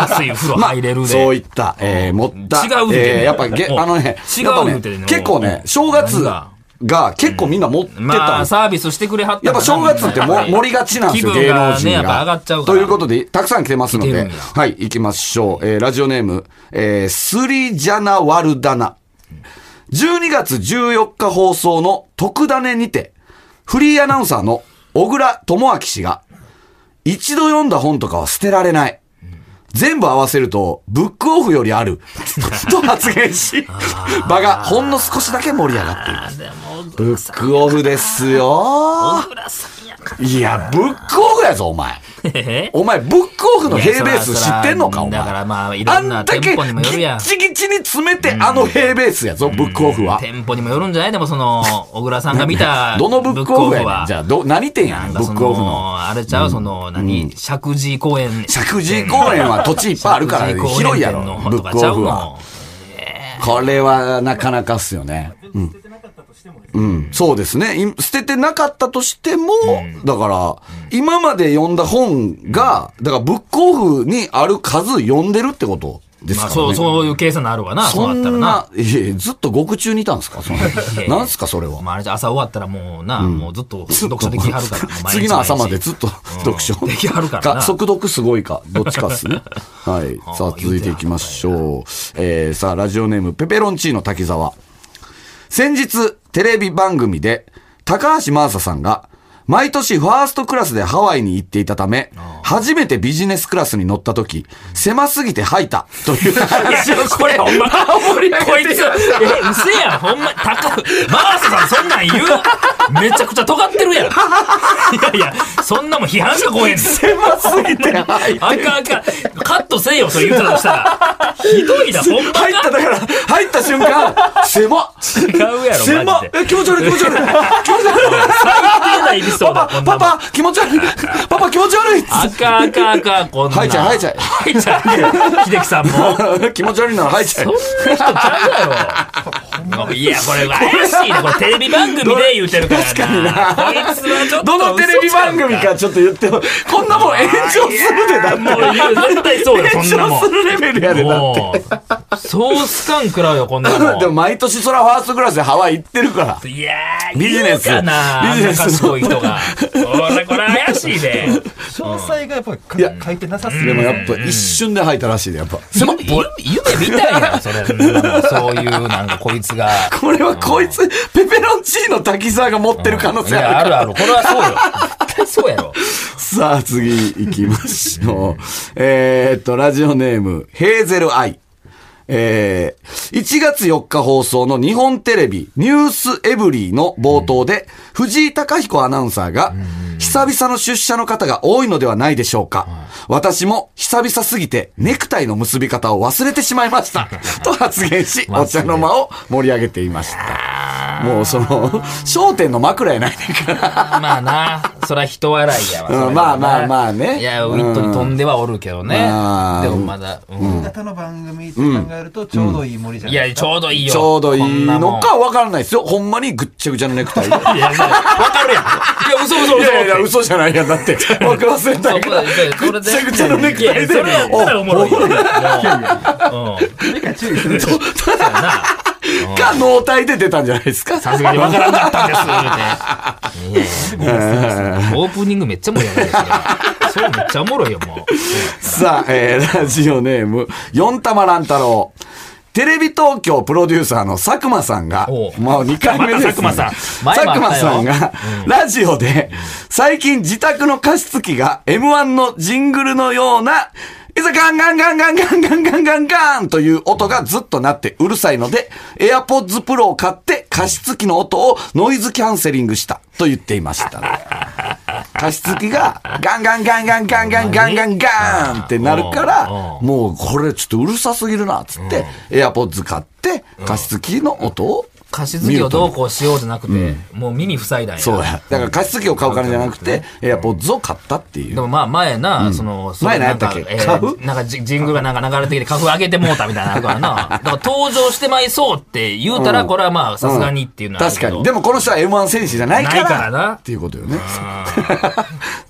Speaker 2: 熱い風呂
Speaker 3: [laughs] まあ
Speaker 2: 入れるで。
Speaker 3: そういった、えー、持った。
Speaker 2: 違う言うてんねん
Speaker 3: えーやっぱげ、
Speaker 2: うん
Speaker 3: あのね、
Speaker 2: 違う
Speaker 3: やっぱね
Speaker 2: 言うてんねん
Speaker 3: 結構ね
Speaker 2: う、ん
Speaker 3: 正月
Speaker 2: 何が
Speaker 3: が結構みんな持ってたん
Speaker 2: まあ、
Speaker 3: です
Speaker 2: サービスしてくれはった
Speaker 3: やっぱ正月っても盛りがちなんですよ、芸能
Speaker 2: 気分がね、
Speaker 3: 人
Speaker 2: やっぱ上が
Speaker 3: が
Speaker 2: っちゃう。か
Speaker 3: と
Speaker 2: ら。
Speaker 3: いうことで、たくさん来てますの
Speaker 2: 来てるん、
Speaker 3: で
Speaker 2: や
Speaker 3: はい、行きましょう。えー、ラジオネーム、えー、スリジャナワルダナ。12月14日放送の特ダネにて、フリーアナウンサーの小倉智明氏が、一度読んだ本とかは捨てられない。全部合わせると、ブックオフよりある。 [laughs] と発言
Speaker 2: [laughs]
Speaker 3: し、場がほんの少しだけ盛り上がっている。
Speaker 2: でも、
Speaker 3: ブックオフですよ。
Speaker 2: 小倉さんやから。
Speaker 3: いや、ブックオフやぞ、お前。お前、ブックオフの平ベース知ってんのか、お
Speaker 2: い
Speaker 3: 前。
Speaker 2: やそらそらだからまあいろんな
Speaker 3: あんだけ
Speaker 2: 店舗にもよるやん
Speaker 3: ギッチギチに詰めて、あの平ベースやぞ、ブックオフは。。
Speaker 2: 店舗にもよるんじゃないでもその、小倉さんが見た
Speaker 3: どのブックオフや
Speaker 2: ブッ
Speaker 3: ねん。
Speaker 2: は
Speaker 3: じゃあ、ど、何店やねん、ブ
Speaker 2: なんかそ
Speaker 3: ックオフの。
Speaker 2: あれちゃう、その、何、石神井公園。
Speaker 3: 石神井公園は土地いっぱいあるから、
Speaker 2: 石神井公園
Speaker 3: 広いやろ
Speaker 2: 店、の
Speaker 3: ブ
Speaker 2: と
Speaker 3: ッ
Speaker 2: か
Speaker 3: ク
Speaker 2: ちゃ
Speaker 3: オ
Speaker 2: う
Speaker 3: フ
Speaker 2: の
Speaker 3: は。これはなかなかっすよね。うん。うん、そうですね。い捨ててなかったとしても、だから、今まで読んだ本が、だからブックオフにある数読んでるってことです
Speaker 2: ま
Speaker 3: か
Speaker 2: あ、
Speaker 3: らね。
Speaker 2: そう、そういう計算のあるわな、そう
Speaker 3: そ
Speaker 2: なったら
Speaker 3: ん
Speaker 2: な。
Speaker 3: な、いやいやずっと獄中にいたんですかそのなんすかそれは。
Speaker 2: まあ、あれじゃ朝終わったらもうな、もうずっと読書できはるから、毎日
Speaker 3: [laughs] 次の朝まで
Speaker 2: 毎日
Speaker 3: ずっと読書。
Speaker 2: できはるからな
Speaker 3: 速読すごいか、どっちかっすね。はい。さあ、続いていきましょう。えー、さあ、ラジオネーム、ペペロンチーノ滝沢。先日、テレビ番組で、高橋真麻さんが、毎年ファーストクラスでハワイに行っていたため、初めてビジネスクラスに乗った時、狭すぎて吐いた、という話をして
Speaker 2: これほんま、こいつ、
Speaker 3: 上げてや
Speaker 2: え、嘘やん、ほんま、高く、マーサさんそんなん言うめちゃくちゃ尖ってるやん。いやいや、そんなもん批判しか来へんねん。
Speaker 3: 狭すぎて吐いた
Speaker 2: あかんあかん。カットせえよ、それ言うたとしたら。ひどいな、ほんまか
Speaker 3: [laughs] 入った、だから、入った瞬間、狭っ
Speaker 2: 違うやろ、
Speaker 3: 狭
Speaker 2: マ
Speaker 3: っ
Speaker 2: ジで。
Speaker 3: え、気持ち悪い、気
Speaker 2: [laughs]
Speaker 3: 持ち悪い。気持ち
Speaker 2: 最低なエピソードだ、こ
Speaker 3: 悪い。
Speaker 2: んなも
Speaker 3: パ
Speaker 2: ん。
Speaker 3: パ、気持
Speaker 2: [laughs]
Speaker 3: ち悪い。パパ、気持ち悪い。
Speaker 2: あかんあかんあかん、こんなん。
Speaker 3: 吐いちゃう吐いちゃう
Speaker 2: 吐いちゃう。秀樹さんも。
Speaker 3: 気持ち悪いなら入っちゃ
Speaker 2: そ
Speaker 3: うん
Speaker 2: な人ちゃうやろ。ほんいや、これ怪しいな。これテレビ番組で言ってるからな。
Speaker 3: 確かにな
Speaker 2: こいつはちょっと。
Speaker 3: どのテレビ番組かちょっと言っても、こんなもん炎上するでだって。
Speaker 2: もういや絶対そうよ、そんな
Speaker 3: 炎
Speaker 2: も
Speaker 3: 上するレベル [laughs] やでだ
Speaker 2: ん。
Speaker 3: って。
Speaker 2: もう、ソース感食らうよ、こんなもん。
Speaker 3: でも毎年そらファーストクラスでハワイ行ってるから。
Speaker 2: いやー、
Speaker 3: ビジネス
Speaker 2: いるかな、
Speaker 3: ビジネス
Speaker 2: あんな賢い人が。俺、これ怪しいで。
Speaker 4: 詳細がやっぱりか
Speaker 3: いや
Speaker 4: 書いてなさすぎ
Speaker 3: で
Speaker 4: る
Speaker 3: もやっぱ一瞬で吐いたらしいで、やっぱ。
Speaker 2: ゆ夢見た [laughs] いな、それ。うんそういう、なんかこいつが。
Speaker 3: これはこいつ、ペペロンチーノ滝沢が持ってる可能
Speaker 2: い
Speaker 3: 性あ
Speaker 2: や、
Speaker 3: るから
Speaker 2: あ。るある。これはそうよ。絶対そうやろ。
Speaker 3: さあ、次行きましょう。 [laughs] えーっと、ラジオネーム、ヘーゼルアイ。えー、1月4日放送の日本テレビ、ニュースエブリーの冒頭で、藤井貴彦アナウンサーが、久々の出社の方が多いのではないでしょうか。私も久々すぎて、ネクタイの結び方を忘れてしまいました。と発言し、お茶の間を盛り上げていました。もうその、焦点の枕やないねんから。
Speaker 2: まあな、そら人笑いやわ。
Speaker 3: うん
Speaker 2: そら
Speaker 3: まあまあまあね
Speaker 2: いや、ウィットに飛んではおるけどね。
Speaker 3: うん
Speaker 2: でもまだ、うん。
Speaker 4: 型の番組って考えるとちょうどいい森じゃ
Speaker 2: い
Speaker 4: ない
Speaker 2: や、
Speaker 4: です
Speaker 2: ちょうどいいよ。
Speaker 3: ちょうどい
Speaker 2: こん
Speaker 3: い
Speaker 2: なもん
Speaker 3: のかわからないですよ。ほんまにぐっちゃぐちゃのネクタイで。
Speaker 2: いや、わかるやん。いや、嘘 [laughs] 嘘嘘
Speaker 3: い
Speaker 2: 嘘。
Speaker 3: やいや、嘘じゃないやん
Speaker 2: [laughs]
Speaker 3: だって。僕忘れたんやから。
Speaker 2: そ
Speaker 3: ぐ
Speaker 2: れ
Speaker 3: っ
Speaker 2: で
Speaker 3: ちゃぐちゃのネクタイ
Speaker 2: いやそ
Speaker 3: で
Speaker 2: れやっ。たらおもろいよ。もううん。そうやな。
Speaker 3: おか、脳体で出たんじゃないですか。
Speaker 2: さすがにわからんかったんです。言うていやいやオープニングめっちゃ盛り上がるよそれはそれめっちゃおもろいよ、もう。
Speaker 3: さあ、えー、ラジオネーム、四玉乱太郎。テレビ東京プロデューサーの佐久間さんが、
Speaker 2: おう
Speaker 3: もう2回目です、ね。
Speaker 2: また佐久間さん前もあ
Speaker 3: 佐
Speaker 2: った
Speaker 3: 久
Speaker 2: よ
Speaker 3: 間さんが、ラジオで、最近自宅の加湿器が M1 のジングルのような、いざガンガンガンガンガンガンガンガンガンという音がずっと鳴ってうるさいので、AirPods Pro を買って加湿器の音をノイズキャンセリングしたと言っていました。加湿器がガンガンガンガンガンガンガンガンガンってなるから
Speaker 2: うん、
Speaker 3: もうこれちょっとうるさすぎるなっつって、エアポッズ買って、加湿器の音を。
Speaker 2: 加湿器をどうこうしようじゃなくて、もう耳塞いだんや。
Speaker 3: そうや。だから加湿器を買うからじゃなくて、エアポッズを買ったってい
Speaker 2: で
Speaker 3: う。
Speaker 2: もまあ前な、その、それ
Speaker 3: 前何やったっけ
Speaker 2: なんかえー
Speaker 3: 花粉
Speaker 2: なんかジジングルがなんか流れてきて、花粉上げてもうたみたいなのあるからな。
Speaker 3: [laughs]
Speaker 2: だから登場してまいそうって言うたら、これはまあさすがにっていうのはある
Speaker 3: 確
Speaker 2: け
Speaker 3: か
Speaker 2: ど、
Speaker 3: に。でもこの人は M1 選手じゃないか
Speaker 2: ないからな
Speaker 3: ら。っていうことよね。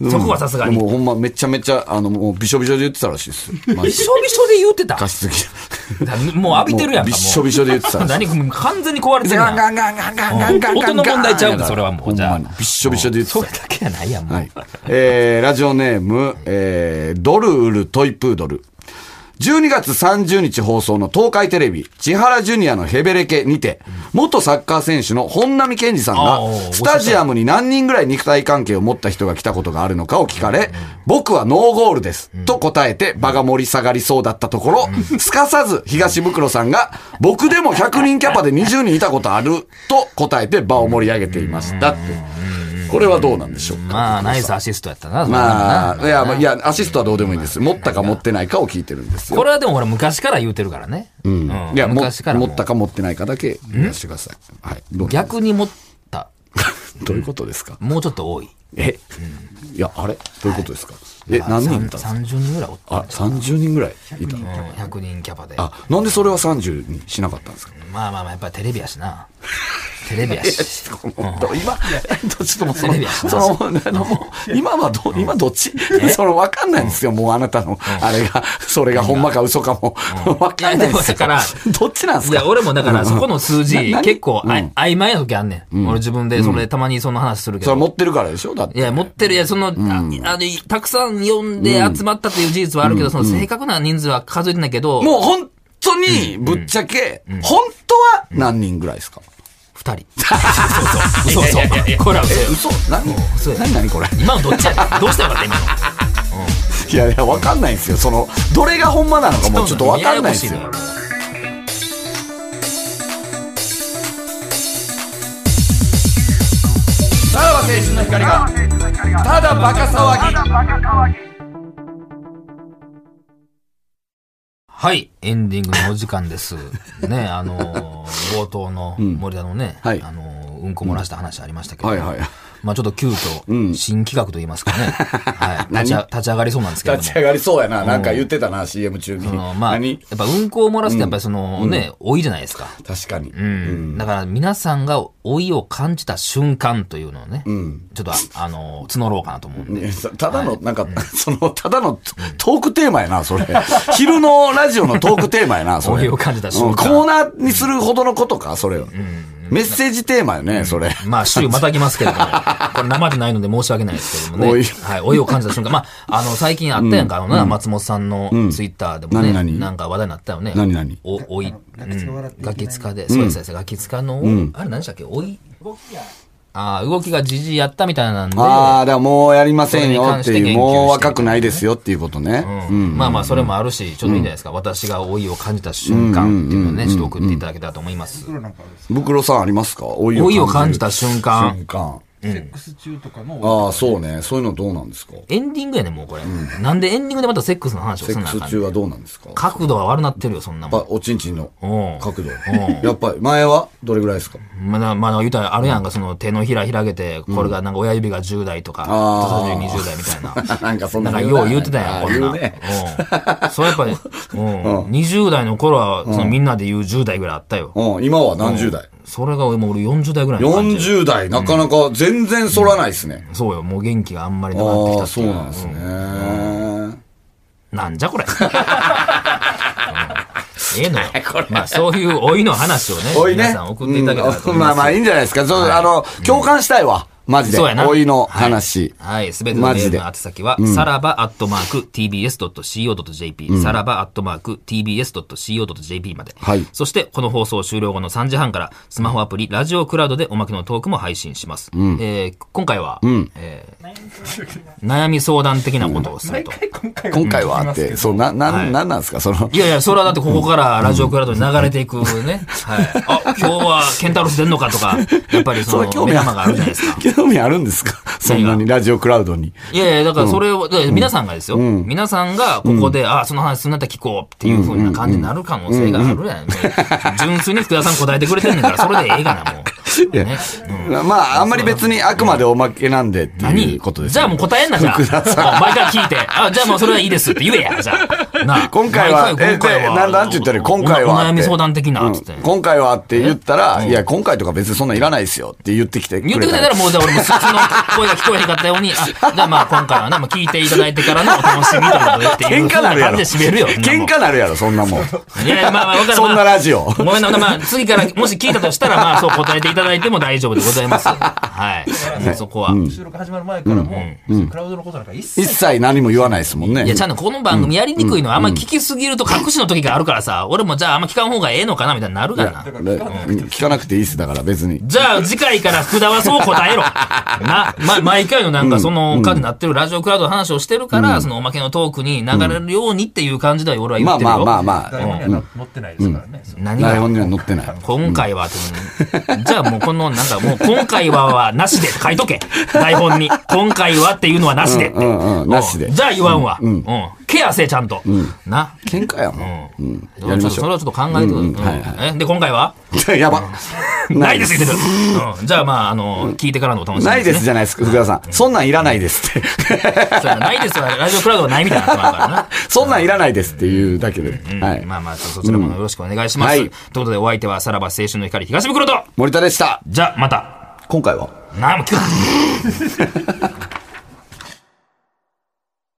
Speaker 2: そこはさすがに
Speaker 3: もうほんまめちゃめちゃ、あの、もうびしょびしょで言ってたらしいです。マ
Speaker 2: び
Speaker 3: ジで
Speaker 2: しょびしょで言ってた。
Speaker 3: 加湿器。
Speaker 2: もう浴びてるやんか、もう。
Speaker 3: びっしょびしょで言ってたらしい。
Speaker 2: 何もう完全に壊れてるや
Speaker 3: ガン
Speaker 2: ん。
Speaker 3: ガンガンガンガンガンガンガンガン
Speaker 2: 音の問題ちゃうんだそれはもう
Speaker 3: ほん
Speaker 2: じゃあ
Speaker 3: まにびっしょびしょで言って
Speaker 2: そ
Speaker 3: た
Speaker 2: れ。だけやないやん、もう。
Speaker 3: はい。えー、ラジオネーム、えー、ドルウルトイプードル。12月30日放送の東海テレビ、千原ジュニアのヘベレケにて、元サッカー選手の本並健二さん
Speaker 2: あ
Speaker 3: が、
Speaker 2: ー
Speaker 3: スタジアムに何人ぐらい肉体関係を持った人が来たことがあるのかを聞かれ、僕はノーゴールです、と答えて場が盛り下がりそうだったところ、すかさず東袋さんが、僕でも100人キャパで20人いたことある、と答えて場を盛り上げていましたって。これはどうなんでしょうか
Speaker 2: まあ、ナイスアシストやったな、
Speaker 3: ま
Speaker 2: そんなの
Speaker 3: あ、いや、まあ、いや、アシストはどうでもいいんです。持ったか持ってないかを聞いてるんです
Speaker 2: な
Speaker 3: よ。
Speaker 2: これはでも俺昔から言うてるからね。うん
Speaker 3: いや、も持
Speaker 2: 昔からもう
Speaker 3: ったか持ってないかだけ言わせてください。はい。どうなん
Speaker 2: 逆に持った。
Speaker 3: どういうことですか
Speaker 2: もうちょっと多い。
Speaker 3: えいや、あれどういうことですかえ、何人いたんですか
Speaker 2: ?30 人ぐらいおった。
Speaker 3: あ、30人ぐらいいた。
Speaker 2: うん100人キャパで。
Speaker 3: あ、なんでそれは30にしなかったんですか
Speaker 2: まあまあまあ、やっぱりテレビやし
Speaker 3: [laughs]
Speaker 2: な。テレビやし。
Speaker 3: 今、 [laughs] ちょっともうそ
Speaker 2: テ
Speaker 3: の
Speaker 2: レビや、
Speaker 3: その、あのもう今はど、今どっちその、わかんないんですよ。もうあなたの、あれが、それがほんまか嘘かも。 [laughs] わかんないんですよ。
Speaker 2: いやでもだから
Speaker 3: どっちなんです
Speaker 2: い
Speaker 3: か
Speaker 2: や、俺もだから、そこの数字
Speaker 3: な、何
Speaker 2: 結構あ
Speaker 3: うん
Speaker 2: 曖昧な時あんねん。俺自分で、それたまにその話するけ
Speaker 3: それ持
Speaker 2: ど。
Speaker 3: ってるからでしょだって
Speaker 2: い。や、持ってる、いや、その、ああの、たくさん読んで集まったという事実はあるけど、その正確な人数は数えてないけど、
Speaker 3: もう本当に、ぶっちゃけ、本当は何人ぐらいですか
Speaker 2: 二
Speaker 3: [laughs]
Speaker 2: 人。そうそう。そうそう。これは嘘よ
Speaker 3: 嘘何
Speaker 2: そうや
Speaker 3: 何何これ
Speaker 2: 今のどっちやねんどうしたらよかった今の。
Speaker 3: いやいや、わかんないんですよ。その、どれがほんまなのかもうちょっとわかんないんですよ
Speaker 2: や。やこしいのよ
Speaker 3: さらば青春の光が、ただバカ騒ぎ。
Speaker 2: はい、エンディングのお時間です。ね、あのー、冒頭の森田のね、
Speaker 3: はい
Speaker 2: あのー、のうんこ漏らした話ありましたけど、
Speaker 3: はいはい
Speaker 2: まあちょっと急遽、新企画といいます
Speaker 3: [laughs]
Speaker 2: かね、はい、立ちあ立ち上がりそうなんですけれど
Speaker 3: 立
Speaker 2: も
Speaker 3: ち。上がりそうやな。なんか言ってたな、CM 中に。
Speaker 2: そのまあ、やっ
Speaker 3: 何
Speaker 2: ぱうんこを漏らすってやっぱりそのね、老いじゃないですか。
Speaker 3: 確かに。
Speaker 2: うん、だから皆さんが老いを感じた瞬間というのをね、ちょっとああの募ろうかなと思うんで、
Speaker 3: いやさただの、なんか、 [laughs] その、ただのトトークテーマやな、それ。昼のラジオのトークテーマやな、そ
Speaker 2: 老 [laughs]
Speaker 3: れ。
Speaker 2: いを感じた瞬間
Speaker 3: うんコーナーにするほどのことか、それ。メッセージテーマよね、それ。
Speaker 2: まあ週またぎますけ [laughs] れども、これ生でないので申し訳ないですけれども
Speaker 3: 老
Speaker 2: ね
Speaker 3: い、
Speaker 2: はい、老いを感じた瞬間、まあ、あの最近あったやんか、あのな、松本さんのツイッターでもね、
Speaker 3: 何々
Speaker 2: なんか話題になったよね。
Speaker 3: 何々
Speaker 2: お老い、うん、ガキ使で、そうですそうです、ガキ使の、あれ何でしたっけ、老い、動きが、ああ、動きがじじいやったみたいなんで、
Speaker 3: ああ、だからもうやりませんよって
Speaker 2: それに関して言及して
Speaker 3: い
Speaker 2: み
Speaker 3: う、
Speaker 2: たいな
Speaker 3: もう若くないですよっていうことね。
Speaker 2: うんまあまあ、それもあるし、ちょっといいんじゃないですか。私が老いを感じた瞬間っていうのをね、ちょっと送っていただけたらと思います。
Speaker 3: 袋さんありますか老
Speaker 2: 老いを感じた瞬間。
Speaker 3: 瞬間。
Speaker 4: セックス中とかの、
Speaker 3: ああ、そうね。そういうのどうなんですか
Speaker 2: エンディングやね、もうこれ。なんでエンディングでまたセックスの話を
Speaker 3: セ
Speaker 2: すん
Speaker 3: ッ
Speaker 2: なあ
Speaker 3: ク
Speaker 2: かん
Speaker 3: ス中
Speaker 2: ねん
Speaker 3: はどうなんですかやっ
Speaker 2: 角度が悪なってるよ、そんなも
Speaker 3: ぱ
Speaker 2: ん、。
Speaker 3: おちんちんの
Speaker 2: おう
Speaker 3: 角度。
Speaker 2: ん
Speaker 3: やっぱり、前はどれぐらいですか [laughs]
Speaker 2: まだ、まだ言うたらあるやんか、その手のひら開けて、これがなんか親指が10代とか、
Speaker 3: あ
Speaker 2: 人
Speaker 3: ー
Speaker 2: 差し指20代みたいな。 [laughs]
Speaker 3: なんかそん
Speaker 2: な
Speaker 3: なん
Speaker 2: かよう言うてたやん、こんな
Speaker 3: 言
Speaker 2: ん。
Speaker 3: うね。
Speaker 2: うん。そうやっぱり、
Speaker 3: [laughs]
Speaker 2: うん。20代の頃は、そのみんなで言う10代ぐらいあったよ。
Speaker 3: うん、今は何十代
Speaker 2: それが俺もう俺40代ぐらいの感じ。
Speaker 3: 40代、なかなか全然反らないですね。
Speaker 2: そうよ、もう元気があんまりなくなってき
Speaker 3: あ
Speaker 2: た
Speaker 3: あ、
Speaker 2: って
Speaker 3: そ
Speaker 2: いうう
Speaker 3: なんですね。
Speaker 2: うなんじゃこ
Speaker 3: [laughs]
Speaker 2: れ。うんええのよ。まあそういう老いの話をね、
Speaker 3: おいね。
Speaker 2: 皆さん送っていただけたらと
Speaker 3: う
Speaker 2: 思
Speaker 3: ん
Speaker 2: い
Speaker 3: ま
Speaker 2: ま
Speaker 3: あ
Speaker 2: す。
Speaker 3: まあいいんじゃないですか。そうあの、共感したいわ。マジで。
Speaker 2: そうやな
Speaker 3: おいの話。
Speaker 2: はい、すべてのメールの
Speaker 3: マ
Speaker 2: 宛先は、さらばアットマーク tbs.co.jp、さらばアットマーク tbs.co.jp まで。
Speaker 3: はい
Speaker 2: そして、この放送終了後の3時半から、スマホアプリ、ラジオクラウドでおまけのトークも配信します。えー今回は、えー悩み相談的なことをすると。
Speaker 3: 今回はあって、そう、な、な、なんなんですかその
Speaker 2: い、やいや、それはだってここからラジオクラウドに流れていくね。はい。あ、今日はケンタロス出んのかとか、やっぱりそ
Speaker 3: それ
Speaker 2: の
Speaker 3: 興
Speaker 2: 目
Speaker 3: 味あ
Speaker 2: 玉があるじゃないですか。
Speaker 3: [laughs] る。興味あるんですかそんなにラジオクラウドに。
Speaker 2: いやいや、だからそれを、だから皆さんがですよ。皆さんがここで、あ、その話すんなったら聞こうっていうふうな感じになる可能性があるやん。純粋に福田さん答えてくれてんねんから、それでええがな、もう。
Speaker 3: [laughs] いや
Speaker 2: ね、
Speaker 3: まあ、あんまり別にあくまでおまけなんでってい
Speaker 2: 何
Speaker 3: うことですね。
Speaker 2: じゃあもう答えんな、じ
Speaker 3: [laughs]
Speaker 2: ゃあ。あ毎回聞いて。あ、じゃあもうそれはいいですって言えや、じゃ
Speaker 3: [laughs]
Speaker 2: あ。なあ
Speaker 3: 今回は
Speaker 2: 毎回今回は
Speaker 3: えでなんなんて言ったらいい今回は
Speaker 2: おお
Speaker 3: って
Speaker 2: 悩み相談的な、つって
Speaker 3: うん。今回はって言ったら、いや、今回とか別にそんなんいらないですよって言ってきてくれ
Speaker 2: 言
Speaker 3: た
Speaker 2: ってくれたらもうじゃあ俺もその声が聞こえへんかったように、あ、じゃあまあ今回はな、まあ聞いていただいてからのお楽しみということでっていう。
Speaker 3: [laughs] 喧嘩なるやろ。
Speaker 2: で締めるよ。
Speaker 3: [laughs] 喧嘩なるやろ、そんなもん。
Speaker 2: いやいや、まあまあわかる。
Speaker 3: そんなラジオ
Speaker 2: まあごめんなさい。まあ次からもし聞いたとしたら、まあそう答えていただいても大丈夫でございます。はい。そこは。
Speaker 4: 収録始まる前からも、そういうクラウドのことなんか一
Speaker 3: 一
Speaker 4: 切、
Speaker 3: 切何も言わないですもんね。
Speaker 2: いや、ちゃんとこの番組やりにくいのは、あんま聞きすぎると隠しの時があるからさ、俺もじゃああんま聞かん方がええのかなみたいになるからな。
Speaker 3: うん聞かなくていいです、だから別に。
Speaker 2: じゃあ次回から福田はそう答えろ。な、ま、毎回のなんかその感じになってるラジオクラウドの話をしてるから、そのおまけのトークに流れるようにっていう感じでは俺は言
Speaker 3: ま
Speaker 2: っ
Speaker 3: あ
Speaker 2: てる
Speaker 3: ま
Speaker 2: よ。
Speaker 3: あまあま
Speaker 4: 台
Speaker 3: あ。
Speaker 4: 本には載ってないですからね。そう
Speaker 2: 何
Speaker 3: 台
Speaker 2: が
Speaker 3: 本には載ってない。
Speaker 2: 今回はって、じゃあもうこのなんかもう今回ははなしでって書いと [laughs] け。台本に。今回はっていうのはなしでって。
Speaker 3: うんうんなしで
Speaker 2: うじゃあ言わんわ。うん。ケアせちゃんと。な。
Speaker 3: 喧嘩やもん。うん。
Speaker 2: ちょ
Speaker 3: や
Speaker 2: っ
Speaker 3: り
Speaker 2: と
Speaker 3: まし
Speaker 2: それ
Speaker 3: ょ
Speaker 2: はちょっと考えてくださいうんえで、今回は
Speaker 3: う。やば。
Speaker 2: [laughs] ないです言ってる。うんじゃあまあ、あの、聞いてからのお楽しみ
Speaker 3: ないですじ
Speaker 2: ね
Speaker 3: ゃないですか、福田さん。そんなんいらないですって。
Speaker 2: そうやなないですはラジオクラウドはないみたいになってまうから [laughs] な。
Speaker 3: そんなんいらないですっていうだけで。はい。
Speaker 2: まあまあ、そちらもよろしくお願いします。
Speaker 3: うんはい
Speaker 2: ということで、お相手はさらば青春の光東袋と、
Speaker 3: 森田でした。
Speaker 2: じゃあまた、
Speaker 3: 今回は
Speaker 2: なあ、もう聞くな